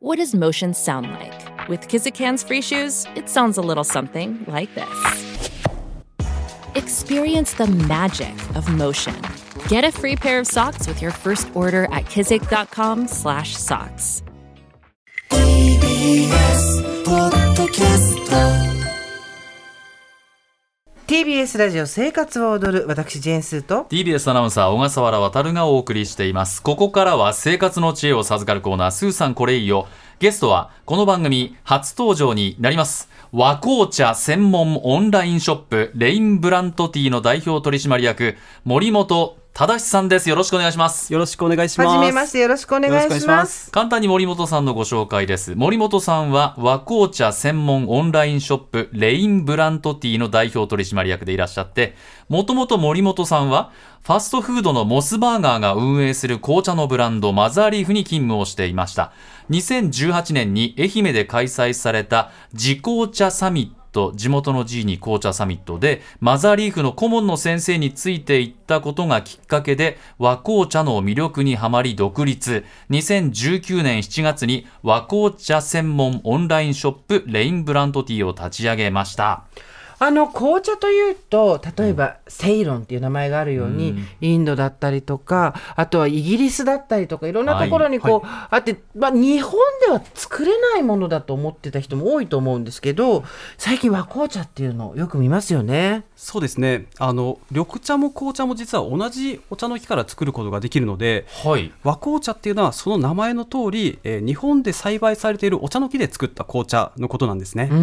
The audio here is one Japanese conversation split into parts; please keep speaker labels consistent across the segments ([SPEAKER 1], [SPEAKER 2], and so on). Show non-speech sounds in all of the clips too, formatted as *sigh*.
[SPEAKER 1] What does motion sound like? With Kizikans free shoes, it sounds a little something like this. Experience the magic of motion. Get a free pair of socks with your first order at kizik.com/socks.
[SPEAKER 2] TBS ラジオ生活を踊る私ジェーンスーと
[SPEAKER 3] TBS アナウンサー小笠原渉がお送りしていますここからは生活の知恵を授かるコーナー「スーさんこれいいよ」ゲストはこの番組初登場になります和紅茶専門オンラインショップレインブラントティーの代表取締役森本忠さんですよろしくお願いします
[SPEAKER 4] よろしくお願いします。
[SPEAKER 2] はじめましてよろしくお願いします
[SPEAKER 4] よろくお願いす。
[SPEAKER 3] 簡単に森本さんのご紹介です森本さんは和紅茶専門オンラインショップレインブラントティーの代表取締役でいらっしゃってもともと森本さんはファストフードのモスバーガーが運営する紅茶のブランドマザーリーフに勤務をしていました2018年に愛媛で開催された自紅茶サミット地元の G に紅茶サミットでマザーリーフの顧問の先生についていったことがきっかけで和紅茶の魅力にはまり独立2019年7月に和紅茶専門オンラインショップレインブラントティーを立ち上げました
[SPEAKER 2] あの紅茶というと例えば、セイロンっていう名前があるように、インドだったりとかあとはイギリスだったりとかいろんなところにこう、あって、まあ、日本では作れないものだと思ってた人も多いと思うんですけど最近和紅茶っていうのをよく見ますよね。
[SPEAKER 4] そうですね。あの緑茶も紅茶も実は同じお茶の木から作ることができるので、
[SPEAKER 3] はい
[SPEAKER 4] 和紅茶っていうのはその名前の通り、えー日本で栽培されているお茶の木で作った紅茶のことなんですね。
[SPEAKER 2] うー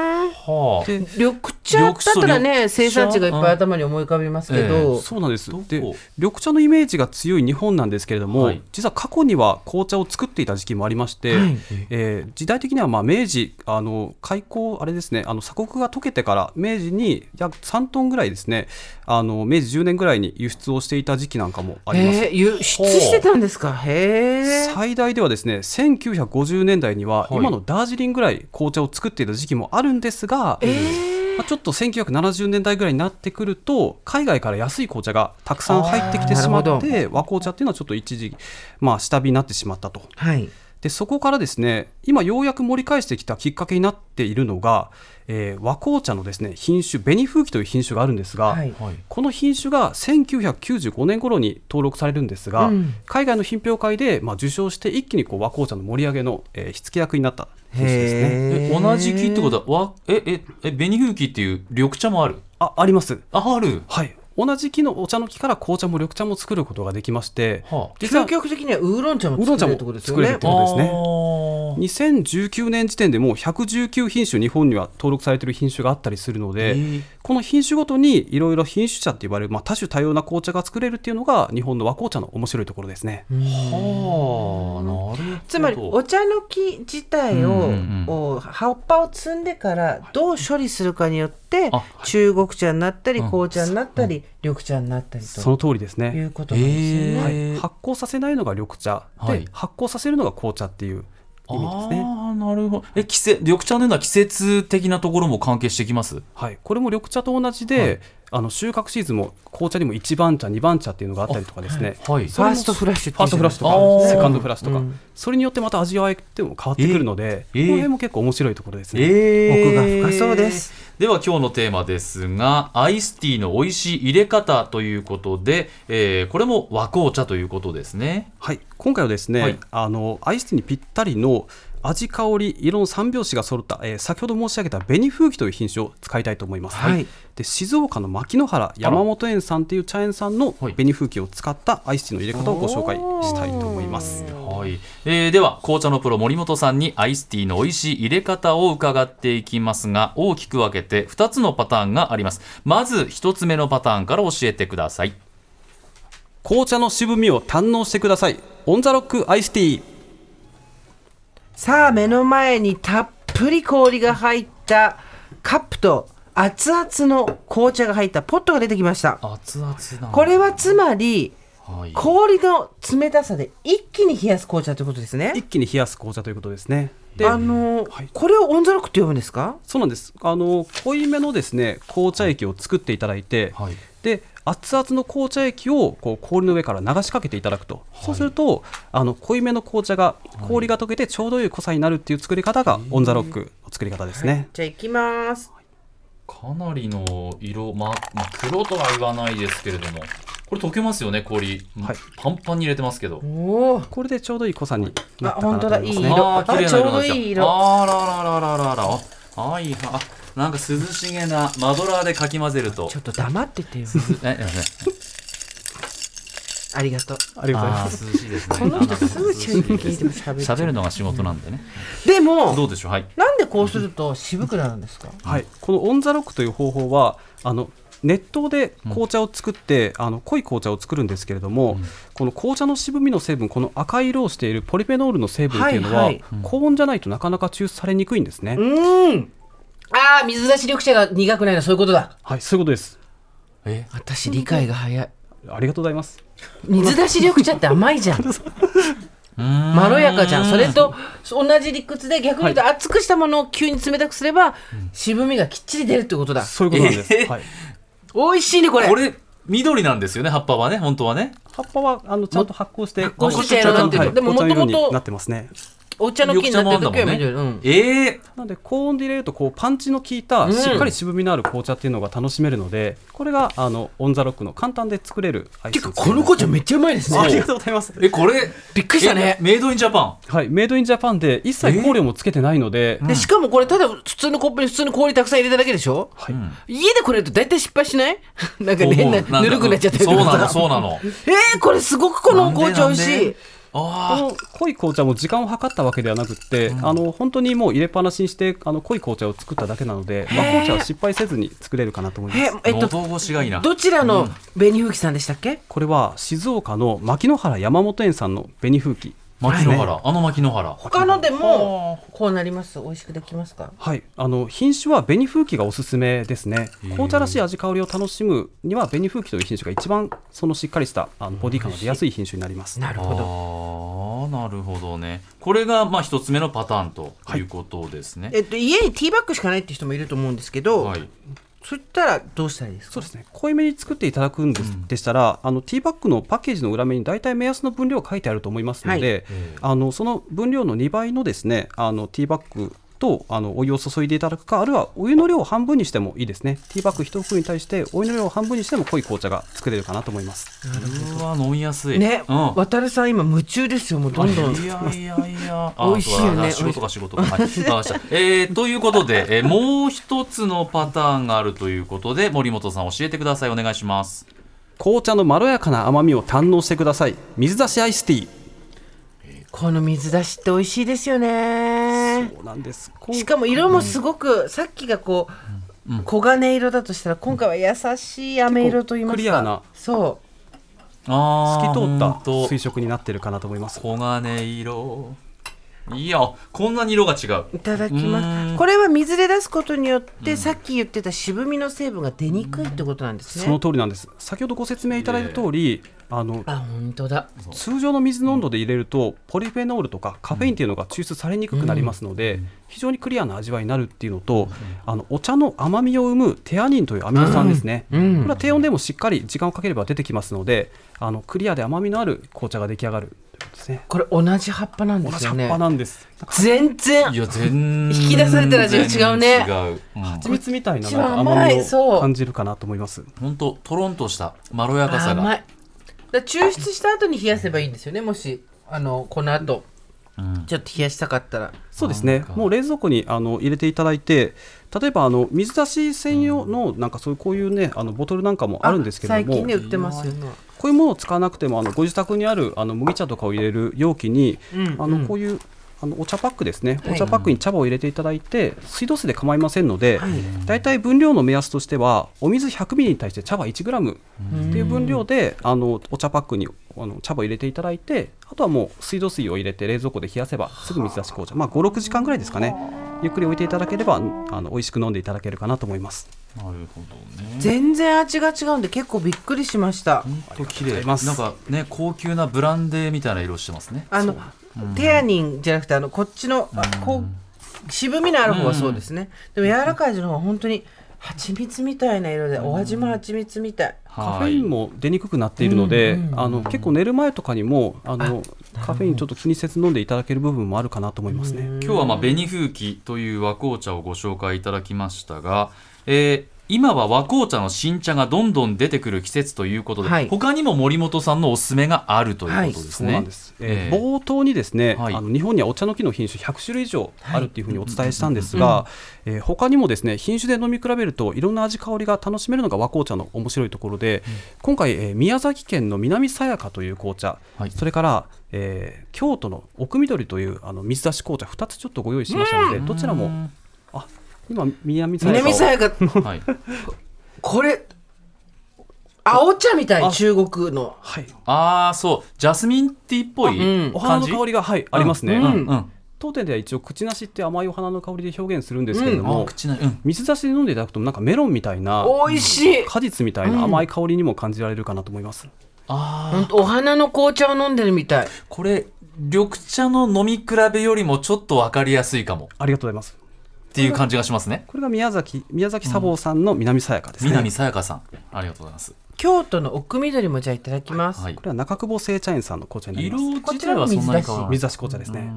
[SPEAKER 2] ん
[SPEAKER 3] は
[SPEAKER 4] で
[SPEAKER 2] 緑茶だったら
[SPEAKER 3] 緑
[SPEAKER 2] ね
[SPEAKER 3] 茶
[SPEAKER 2] 生産地がいっぱい頭に思い浮かびますけ
[SPEAKER 3] うん
[SPEAKER 2] ど、
[SPEAKER 4] そうなんです
[SPEAKER 3] どこ
[SPEAKER 4] で緑茶のイメージが強い日本なんですけれども、
[SPEAKER 3] はい
[SPEAKER 4] 実は過去には紅茶を作っていた時期もありまして、
[SPEAKER 2] はい
[SPEAKER 4] えー時代的にはまあ明治あの開港あれですねあの鎖国が解けてから明治に約3トンぐらいですねあの明治10年ぐらいに輸出をしていた時期なんかもあります。
[SPEAKER 2] えー輸出してたんですかへえ
[SPEAKER 4] 最大ではですね1950年代には
[SPEAKER 3] はい
[SPEAKER 4] 今のダージリンぐらい紅茶を作っていた時期もあるんですが、まあ、ちょっと1970年代ぐらいになってくると海外から安い紅茶がたくさん入ってきてしまっ
[SPEAKER 2] あーな
[SPEAKER 4] て和紅茶っていうのはちょっと一時、まあ、下火になってしまったと
[SPEAKER 2] はい
[SPEAKER 4] でそこからですね今ようやく盛り返してきたきっかけになっているのが、えー和紅茶のですね品種紅風紀という品種があるんですが、
[SPEAKER 2] はい
[SPEAKER 3] いはい
[SPEAKER 4] この品種が1995年頃に登録されるんですが、
[SPEAKER 2] うん
[SPEAKER 4] 海外の品評会で、まあ、受賞して一気にこう和紅茶の盛り上げの、えー火付け役になった品種ですね。
[SPEAKER 3] え
[SPEAKER 2] へー
[SPEAKER 3] 同じ木ってことはわえええ紅風紀っていう緑茶もある
[SPEAKER 4] ああります。
[SPEAKER 3] あある
[SPEAKER 4] はい、同じ木のお茶の木から紅茶も緑茶も作ることができまして、
[SPEAKER 3] は
[SPEAKER 4] 実は
[SPEAKER 2] 究極的にはウーロン茶も作れるってことですよ
[SPEAKER 4] ウーロ
[SPEAKER 2] ね
[SPEAKER 4] ン茶も。そうですね
[SPEAKER 3] あー
[SPEAKER 4] 2019年時点でもう119品種日本には登録されている品種があったりするので、この品種ごとにいろいろ品種茶って言われる、まあ、多種多様な紅茶が作れるっていうのが日本の和紅茶の面白いところですね。
[SPEAKER 3] はあなるほど
[SPEAKER 2] つまりお茶の木自体を、
[SPEAKER 3] うんうんうん
[SPEAKER 2] お葉っぱを摘んでからどう処理するかによって、
[SPEAKER 3] あは
[SPEAKER 2] 中国茶になったり
[SPEAKER 3] うん
[SPEAKER 2] 紅茶になったり、緑茶になったり
[SPEAKER 4] そ
[SPEAKER 2] と
[SPEAKER 4] の通りですね。
[SPEAKER 2] いうことなんですよね。
[SPEAKER 3] へ
[SPEAKER 4] は
[SPEAKER 3] えー
[SPEAKER 4] い、発酵させないのが緑茶で、
[SPEAKER 3] はい
[SPEAKER 4] 発酵させるのが紅茶っていう意味ですね。
[SPEAKER 3] ああなるほどえ季節緑茶のような季節的なところも関係してきます
[SPEAKER 4] はい、これも緑茶と同じで、
[SPEAKER 3] はい
[SPEAKER 4] あの収穫シーズンも紅茶にも1番茶2番茶っていうのがあったりとかですね、
[SPEAKER 3] はい
[SPEAKER 2] ファーストフラッシュって
[SPEAKER 4] ファーストフラッシュとか
[SPEAKER 3] あー
[SPEAKER 4] セカンドフラッシュとか、
[SPEAKER 2] うん
[SPEAKER 4] それによってまた味わいっていうのも変わってくるので、
[SPEAKER 3] えー
[SPEAKER 4] この辺も結構面白いところですね、
[SPEAKER 3] え
[SPEAKER 2] 奥が深そうです
[SPEAKER 3] では今日のテーマですがアイスティーの美味しい入れ方ということで、えーこれも和紅茶ということですね
[SPEAKER 4] はい、今回はですね、
[SPEAKER 3] はい
[SPEAKER 4] あのアイスティーにぴったりの味香り色の3拍子が揃った、えー先ほど申し上げた紅風紀という品種を使いたいと思います、
[SPEAKER 2] はい
[SPEAKER 4] で静岡の牧之原山本園さんという茶園さんの
[SPEAKER 3] はい
[SPEAKER 4] 紅風紀を使ったアイスティーの入れ方をご紹介したいと思います
[SPEAKER 3] はい、えーでは紅茶のプロ森本さんにアイスティーの美味しい入れ方を伺っていきますが大きく分けて2つのパターンがありますまず1つ目のパターンから教えてください
[SPEAKER 4] 紅茶の渋みを堪能してくださいオンザロックアイスティー
[SPEAKER 2] さあ目の前にたっぷり氷が入ったカップと熱々の紅茶が入ったポットが出てきました
[SPEAKER 3] 熱々な
[SPEAKER 2] これはつまり
[SPEAKER 3] はい
[SPEAKER 2] 氷の冷たさで一気に冷やす紅茶ということですね
[SPEAKER 4] 一。気に冷やす紅茶ということですね。で
[SPEAKER 2] あのー
[SPEAKER 4] はい
[SPEAKER 2] これをオンザロックって呼ぶんですか
[SPEAKER 4] そうなんですあの濃いめのですね紅茶液を作っていただいて、
[SPEAKER 3] はい
[SPEAKER 4] で熱々の紅茶液をこう氷の上から流しかけていただくと、そうするとあの濃いめの紅茶が氷が溶けてちょうどいい濃さになるっていう作り方がオン・ザ・ロックの作り方ですね。
[SPEAKER 2] じゃあ行きます。
[SPEAKER 3] かなりの色、まあ、まあ黒とは言わないですけれどもこれ溶けますよね氷、
[SPEAKER 4] はい
[SPEAKER 3] パンパンに入れてますけど
[SPEAKER 2] おお。
[SPEAKER 4] これでちょうどいい濃さに
[SPEAKER 2] あ、
[SPEAKER 4] なったか
[SPEAKER 2] 本
[SPEAKER 4] なと
[SPEAKER 2] 当
[SPEAKER 4] 思
[SPEAKER 2] だ、
[SPEAKER 4] い
[SPEAKER 2] い
[SPEAKER 4] ま
[SPEAKER 2] い
[SPEAKER 4] すね。
[SPEAKER 2] 色。
[SPEAKER 3] あー綺麗
[SPEAKER 2] あ、
[SPEAKER 3] な
[SPEAKER 2] ちょう
[SPEAKER 3] 色
[SPEAKER 2] ど
[SPEAKER 3] になりました
[SPEAKER 2] いい色。
[SPEAKER 3] あらららららららああいいあなんか涼しげなマドラーでかき混ぜると
[SPEAKER 2] ちょっと黙って *laughs* てよ。
[SPEAKER 3] ええ
[SPEAKER 2] ありがとう。
[SPEAKER 4] ありがとうござい
[SPEAKER 3] あ
[SPEAKER 4] ま
[SPEAKER 3] ー涼しいですね
[SPEAKER 2] この人すぐ注意聞いて
[SPEAKER 3] です
[SPEAKER 2] ます喋っちゃう
[SPEAKER 3] 喋るのが仕事なんでね
[SPEAKER 2] で
[SPEAKER 3] ど
[SPEAKER 2] も、
[SPEAKER 3] うでしょうはい
[SPEAKER 2] なんでこうすると渋くなるんですか
[SPEAKER 4] す。はい、このオン・ザ・ロックという方法はあの熱湯で紅茶を作って、あの濃い紅茶を作るんですけれども、この紅茶の渋みの成分この赤い色をしているポリフェノールの成分っていうのは、
[SPEAKER 2] はいはい
[SPEAKER 4] 高温じゃないとなかなか抽出されにくいんですね。
[SPEAKER 2] うーん。ああ、水出し緑茶が苦くないのはそういうことだ。
[SPEAKER 4] はい、そういうことです。
[SPEAKER 3] え
[SPEAKER 2] 私、理解が早い。
[SPEAKER 4] ありがとうございます。
[SPEAKER 2] 水出し緑茶って甘いじゃん。ま
[SPEAKER 3] ま
[SPEAKER 2] ろやかじゃん。それと同じ理屈で逆に言うと熱くしたものを急に冷たくすれば、渋みがきっちり出るってことだ。
[SPEAKER 4] そういうことなんです。
[SPEAKER 3] えー
[SPEAKER 4] はい、
[SPEAKER 2] 美味しいね、これ。
[SPEAKER 3] これ緑なんですよね葉っぱはね本当はね
[SPEAKER 4] 葉っぱはあのちゃんと発酵して、
[SPEAKER 2] 酵して
[SPEAKER 4] ちゃ
[SPEAKER 3] 茶色になっ
[SPEAKER 4] んと
[SPEAKER 3] てる
[SPEAKER 4] はい
[SPEAKER 2] でも
[SPEAKER 4] 紅茶の色
[SPEAKER 2] 元々
[SPEAKER 4] になってますね。
[SPEAKER 2] お茶の木になってる時は
[SPEAKER 3] 緑
[SPEAKER 2] 緑。
[SPEAKER 3] 茶もあんだ
[SPEAKER 2] う
[SPEAKER 3] もん
[SPEAKER 2] ん
[SPEAKER 3] ね。ええ
[SPEAKER 4] なので高温で入れるとこうパンチの効いた
[SPEAKER 2] ん
[SPEAKER 4] しっかり渋みのある紅茶っていうのが楽しめるので、これがあのオンザロックの簡単で作れるアイス
[SPEAKER 2] て
[SPEAKER 4] です
[SPEAKER 2] か、
[SPEAKER 4] ね。
[SPEAKER 2] この紅茶めっちゃうまいです
[SPEAKER 4] あり
[SPEAKER 2] ね
[SPEAKER 4] が。とうございます。
[SPEAKER 3] えこれ
[SPEAKER 2] びっくりしたね
[SPEAKER 3] えメイドインジャパ
[SPEAKER 4] はい、メイドインジャパンで一切香料もつけてないので、
[SPEAKER 2] でしかもこれただ普通のコップに普通の氷たくさん入れただけでしょ
[SPEAKER 4] はい、
[SPEAKER 2] 家でこれやると大体失敗しない *laughs* なん
[SPEAKER 3] ン
[SPEAKER 2] か変なぬるくなっちゃったりと
[SPEAKER 3] そうな
[SPEAKER 2] か
[SPEAKER 3] の
[SPEAKER 2] さ
[SPEAKER 3] そうなの
[SPEAKER 2] えー、これすごくこの紅茶美味し
[SPEAKER 3] なんでなん
[SPEAKER 2] い
[SPEAKER 3] であ
[SPEAKER 4] こ
[SPEAKER 3] あ
[SPEAKER 4] の濃い紅茶も時間を計ったわけではなくって、あの本当にもう入れっぱなしにしてあの濃い紅茶を作っただけなので、和紅茶は失敗せずに作れるかなと思います。
[SPEAKER 2] ええっと
[SPEAKER 3] 喉越しがいいな
[SPEAKER 2] どちらの紅風紀さんでしたっけ
[SPEAKER 4] これは静岡の牧之原山本園さんの紅風紀
[SPEAKER 3] 牧野原あの牧野原
[SPEAKER 2] 他のでもこうなります美味しくできますか
[SPEAKER 4] はい、あの品種は紅風紀がおすすめですね。紅茶らしい味香りを楽しむには紅風紀という品種が一番そのしっかりしたあのボディ感が出やすい品種になります。
[SPEAKER 2] なるほど
[SPEAKER 3] ああなるほどねこれがまあ一つ目のパターンということですね、
[SPEAKER 2] えっと家にティーバッグしかないって人もいると思うんですけど、
[SPEAKER 3] はい
[SPEAKER 2] そういったらどうしたらいいですか
[SPEAKER 4] そうですね。濃いめに作っていただくんです、でしたら、あのティーバッグのパッケージの裏面に大体目安の分量が書いてあると思いますので、あのその分量の2倍のですね、あのティーバッグとあのお湯を注いでいただくか、あるいはお湯の量を半分にしてもいいですね。ティーバッグ1袋に対してお湯の量を半分にしても濃い紅茶が作れるかなと思います。
[SPEAKER 3] うわ飲みやすい
[SPEAKER 2] ね、
[SPEAKER 3] うん、
[SPEAKER 2] 渡るさん今夢中ですよもうどんどん
[SPEAKER 3] いやいやい
[SPEAKER 2] *laughs*
[SPEAKER 3] や
[SPEAKER 2] 美味しいよね
[SPEAKER 3] あそうだ仕事が仕事がはいわかりましたえーということで、えーもう一つのパターンがあるということで森本さん教えてくださいお願いします
[SPEAKER 4] 紅茶のまろやかな甘みを堪能してください。水出しアイスティー。
[SPEAKER 2] この水出しって美味しいですよね
[SPEAKER 4] そうなんです。
[SPEAKER 2] しかも色もすごく、さっきがこう、黄金色だとしたら今回は優しい飴色と言いますか
[SPEAKER 4] 結構クリアな
[SPEAKER 2] そ
[SPEAKER 3] あ
[SPEAKER 4] 透
[SPEAKER 3] ー
[SPEAKER 4] き通った
[SPEAKER 3] ほんと
[SPEAKER 4] 水色になってるかなと思います。
[SPEAKER 3] 黄金色いやこんなに色が違う
[SPEAKER 2] ういただき
[SPEAKER 3] うー
[SPEAKER 2] ま
[SPEAKER 3] ん
[SPEAKER 2] すこれは水で出すことによって、さっき言ってた渋みの成分が出にくいってことなんですね、
[SPEAKER 4] その通りなんです。先ほどご説明いただいた通り、あの
[SPEAKER 2] あ本当だ
[SPEAKER 4] 通常の水の温度で入れるとポリフェノールとかカフェインっていうのが抽出されにくくなりますので、非常にクリアな味わいになるっていうのと、あのお茶の甘みを生むテアニンというアミノ酸ですね、これは低温でもしっかり時間をかければ出てきますのであのクリアで甘みのある紅茶が出来上がるということですね
[SPEAKER 2] これ同じ葉っぱなんで
[SPEAKER 4] 同
[SPEAKER 2] す
[SPEAKER 4] じ
[SPEAKER 2] よ
[SPEAKER 4] 葉っ
[SPEAKER 2] ね
[SPEAKER 4] ぱなんですなんか
[SPEAKER 2] 全
[SPEAKER 3] いや
[SPEAKER 2] 然
[SPEAKER 3] 全然
[SPEAKER 2] 引き出された味が違うね
[SPEAKER 3] 違う、うん
[SPEAKER 4] 蜂蜜みたいな
[SPEAKER 2] こっちは
[SPEAKER 4] 甘
[SPEAKER 2] 甘い
[SPEAKER 4] み
[SPEAKER 2] そ
[SPEAKER 4] を
[SPEAKER 2] う
[SPEAKER 4] 感じるかなと思います
[SPEAKER 3] ほんととろんとしたまろやかさ
[SPEAKER 2] 甘
[SPEAKER 3] が
[SPEAKER 2] いだから抽出した後に冷やせばいいんですよねもしあのこの後、ちょっと冷やしたかったら
[SPEAKER 4] そうですね
[SPEAKER 3] か、
[SPEAKER 4] もう冷蔵庫にあの入れていただいて、例えばあの水出し専用の、なんかそういうこういうね、あのボトルなんかもあるんですけれ
[SPEAKER 2] 最
[SPEAKER 4] ども、
[SPEAKER 2] 近ね売ってますよね
[SPEAKER 4] こういうものを使わなくても、あのご自宅にあるあの麦茶とかを入れる容器に、あのこういうあのお茶パックですね、
[SPEAKER 2] はい
[SPEAKER 4] お茶パックに茶葉を入れていただいて、水道水で構いませんので、大体分量の目安としては、お水100ミリに対して茶葉1グラムっていう分量で、あのお茶パックにあの茶葉を入れていただいて、あとはもう水道水を入れて冷蔵庫で冷やせば、すぐ水出し紅茶、まあ、5、6時間ぐらいですかね、ゆっくり置いていただければ、あの美味しく飲んでいただけるかなと思います。
[SPEAKER 3] なるほどね。
[SPEAKER 2] 全然味が違うんで結構びっくりしました。
[SPEAKER 3] ほんと綺
[SPEAKER 4] ありがとうござ
[SPEAKER 3] 麗
[SPEAKER 4] います
[SPEAKER 3] なんかね高級なブランデーみたいな色してますね。
[SPEAKER 2] あの、テアニンじゃなくてあのこっちの、あこう渋みのある方はそうですね、でも柔らかい味の方は本当に蜂蜜みたいな色で、お味も蜂蜜みたい
[SPEAKER 3] カ
[SPEAKER 4] カフェインも出にくくなっているので、
[SPEAKER 2] うんうん
[SPEAKER 4] あの結構寝る前とかにもあのカフェインちょっと気にせず飲んでいただける部分もあるかなと思いますね。
[SPEAKER 3] 今日はまあ紅風紀という和紅茶をご紹介いただきましたが、えー今は和紅茶の新茶がどんどん出てくる季節ということで、
[SPEAKER 2] はい
[SPEAKER 3] 他にも森本さんのおすすめがあるということです
[SPEAKER 4] そう
[SPEAKER 3] ね。
[SPEAKER 4] なんです、
[SPEAKER 3] え
[SPEAKER 4] えー
[SPEAKER 3] ー
[SPEAKER 4] 冒頭にですね、
[SPEAKER 3] はい
[SPEAKER 4] あの日本にはお茶の木の品種100種類以上あるっていうふうにお伝えしたんですが、えー他にもですね品種で飲み比べるといろんな味香りが楽しめるのが和紅茶の面白いところで、今回、えー宮崎県の南さやかという紅茶、
[SPEAKER 3] はい
[SPEAKER 4] それから、えー京都の奥緑というあの水出し紅茶2つちょっとご用意しましたので、どちらもあ今南さやかを
[SPEAKER 2] 南さやか
[SPEAKER 3] はい、
[SPEAKER 2] これ青茶みたい中国の
[SPEAKER 4] はい、
[SPEAKER 3] ああそうジャスミンティーっぽい
[SPEAKER 2] うん
[SPEAKER 4] お花
[SPEAKER 3] 感
[SPEAKER 4] の
[SPEAKER 3] じ、
[SPEAKER 4] 香りが、はい、あります
[SPEAKER 2] う
[SPEAKER 4] ね、
[SPEAKER 3] うん
[SPEAKER 2] ん
[SPEAKER 3] うん、
[SPEAKER 4] 当店では一応口なしって甘いお花の香りで表現するんですけれど
[SPEAKER 3] あー
[SPEAKER 4] も、
[SPEAKER 3] 口なうん
[SPEAKER 4] 水出しで飲んでいただくとなんかメロンみたいな
[SPEAKER 2] 美味しい、
[SPEAKER 4] 果実みたいな甘い香りにも感じられるかなと思います、
[SPEAKER 3] あ
[SPEAKER 2] ほんとお花の紅茶を飲んでるみたい
[SPEAKER 3] ーこれ緑茶の飲み比べよりもちょっとわかりやすいかも
[SPEAKER 4] ありがとうございます
[SPEAKER 3] っていう感じがしますね。
[SPEAKER 4] これが宮崎宮崎砂防さんの南さやかですね、
[SPEAKER 3] 南さやかさんありがとうございます。
[SPEAKER 2] 京都の奥緑もじゃあいただきます、
[SPEAKER 3] はい
[SPEAKER 4] これは中久保製茶園さんの紅茶になり
[SPEAKER 3] 色
[SPEAKER 4] ます
[SPEAKER 3] 自体はそんなに変わらない。
[SPEAKER 4] 水出し紅茶ですね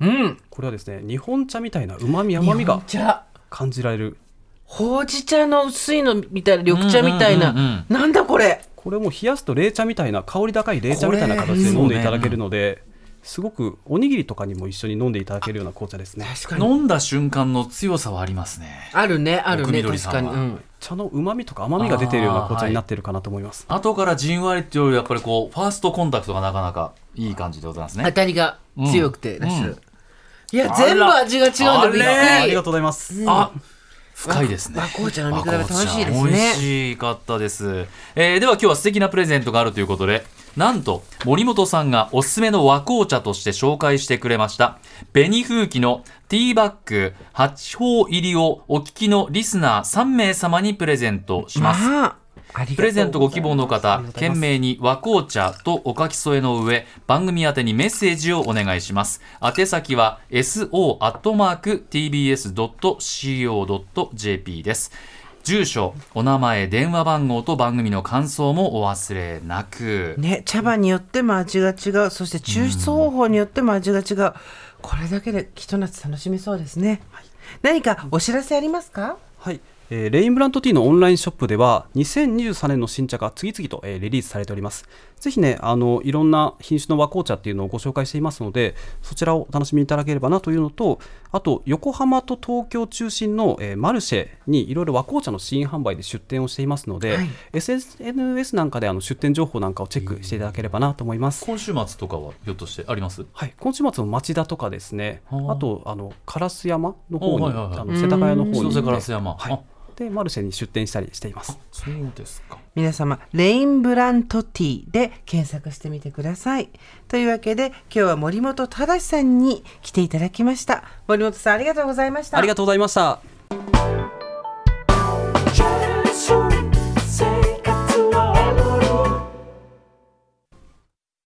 [SPEAKER 2] うん
[SPEAKER 4] これはですね日本茶みたいな旨味甘みが
[SPEAKER 2] じゃあ
[SPEAKER 4] 感じられる
[SPEAKER 2] ほうじ茶の薄いのみたいな緑茶みたいな、
[SPEAKER 3] うんうんうんうん
[SPEAKER 2] なんだこれ
[SPEAKER 4] これも冷やすと冷茶みたいな香り高い冷茶みたいな形で飲んでいただけるので、すごくおにぎりとかにも一緒に飲んでいただけるような紅茶ですね
[SPEAKER 2] 確かに
[SPEAKER 3] 飲んだ瞬間の強さはありますね
[SPEAKER 2] あるねある
[SPEAKER 3] 奥
[SPEAKER 2] ね
[SPEAKER 3] 緑
[SPEAKER 2] 確
[SPEAKER 3] さ
[SPEAKER 2] か
[SPEAKER 3] ん
[SPEAKER 2] に、
[SPEAKER 3] は
[SPEAKER 2] うん
[SPEAKER 4] 茶の旨味とか甘みが出ているような紅茶になっているかなと思います
[SPEAKER 3] 後からじんわりっていうよりやっぱりこうファーストコンタクトがなかなかいい感じでございます
[SPEAKER 2] 当
[SPEAKER 3] ね
[SPEAKER 2] たりが強くてらっしゃる、
[SPEAKER 3] うん
[SPEAKER 2] いや全部味が違うん
[SPEAKER 3] あれ
[SPEAKER 2] だび
[SPEAKER 4] あり
[SPEAKER 2] っく
[SPEAKER 4] がとうございます、
[SPEAKER 3] あ深いですね
[SPEAKER 2] 和紅茶飲み比べ楽しいですね
[SPEAKER 3] 和紅茶美味しかったです、えーでは今日は素敵なプレゼントがあるということでなんと森本さんがおすすめの和紅茶として紹介してくれました紅風紀のティーバッグ8方入りをお聞きのリスナー3名様にプレゼントし
[SPEAKER 2] り
[SPEAKER 3] ます
[SPEAKER 2] まあありがとう
[SPEAKER 3] プレゼントご希望の方、
[SPEAKER 4] ざい
[SPEAKER 3] 懸
[SPEAKER 4] ます
[SPEAKER 3] 命に和紅茶とお書き添えの上、番組宛てにメッセージをお願いします。宛先は so.tbs.co.jp です。住所、お名前、電話番号と番組の感想もお忘れなく。
[SPEAKER 2] ね茶葉によっても味が違うそして抽出方法によっても味が違う、これだけでひと夏楽しめそうですね、何かお知らせありますか
[SPEAKER 4] はい、えーレインブラントティーのオンラインショップでは2023年の新茶が次々と、えーリリースされておりますぜひねあのいろんな品種の和紅茶っていうのをご紹介していますのでそちらをお楽しみいただければなというのとあと横浜と東京中心の、えーマルシェにいろいろ和紅茶の試飲販売で出店をしていますので、
[SPEAKER 2] はい
[SPEAKER 4] SNS なんかであの出店情報なんかをチェックしていただければなと思います
[SPEAKER 3] 今週末とかはひょっとしてあります
[SPEAKER 4] はい、今週末も町田とかですね、
[SPEAKER 3] はあ
[SPEAKER 4] あとあの烏山の方に、
[SPEAKER 3] おはいはいはい
[SPEAKER 4] あの世田谷の方に
[SPEAKER 3] 千
[SPEAKER 4] 行って
[SPEAKER 3] 歳烏山。
[SPEAKER 4] はい
[SPEAKER 3] あ、
[SPEAKER 4] でマルシェに出店したりしています。
[SPEAKER 3] そうですか。
[SPEAKER 2] 皆様、レインブラントティーで検索してみてください。というわけで、今日は森本忠さんに来ていただきました。森本さん、ありがとうございました。
[SPEAKER 4] ありがとうございました。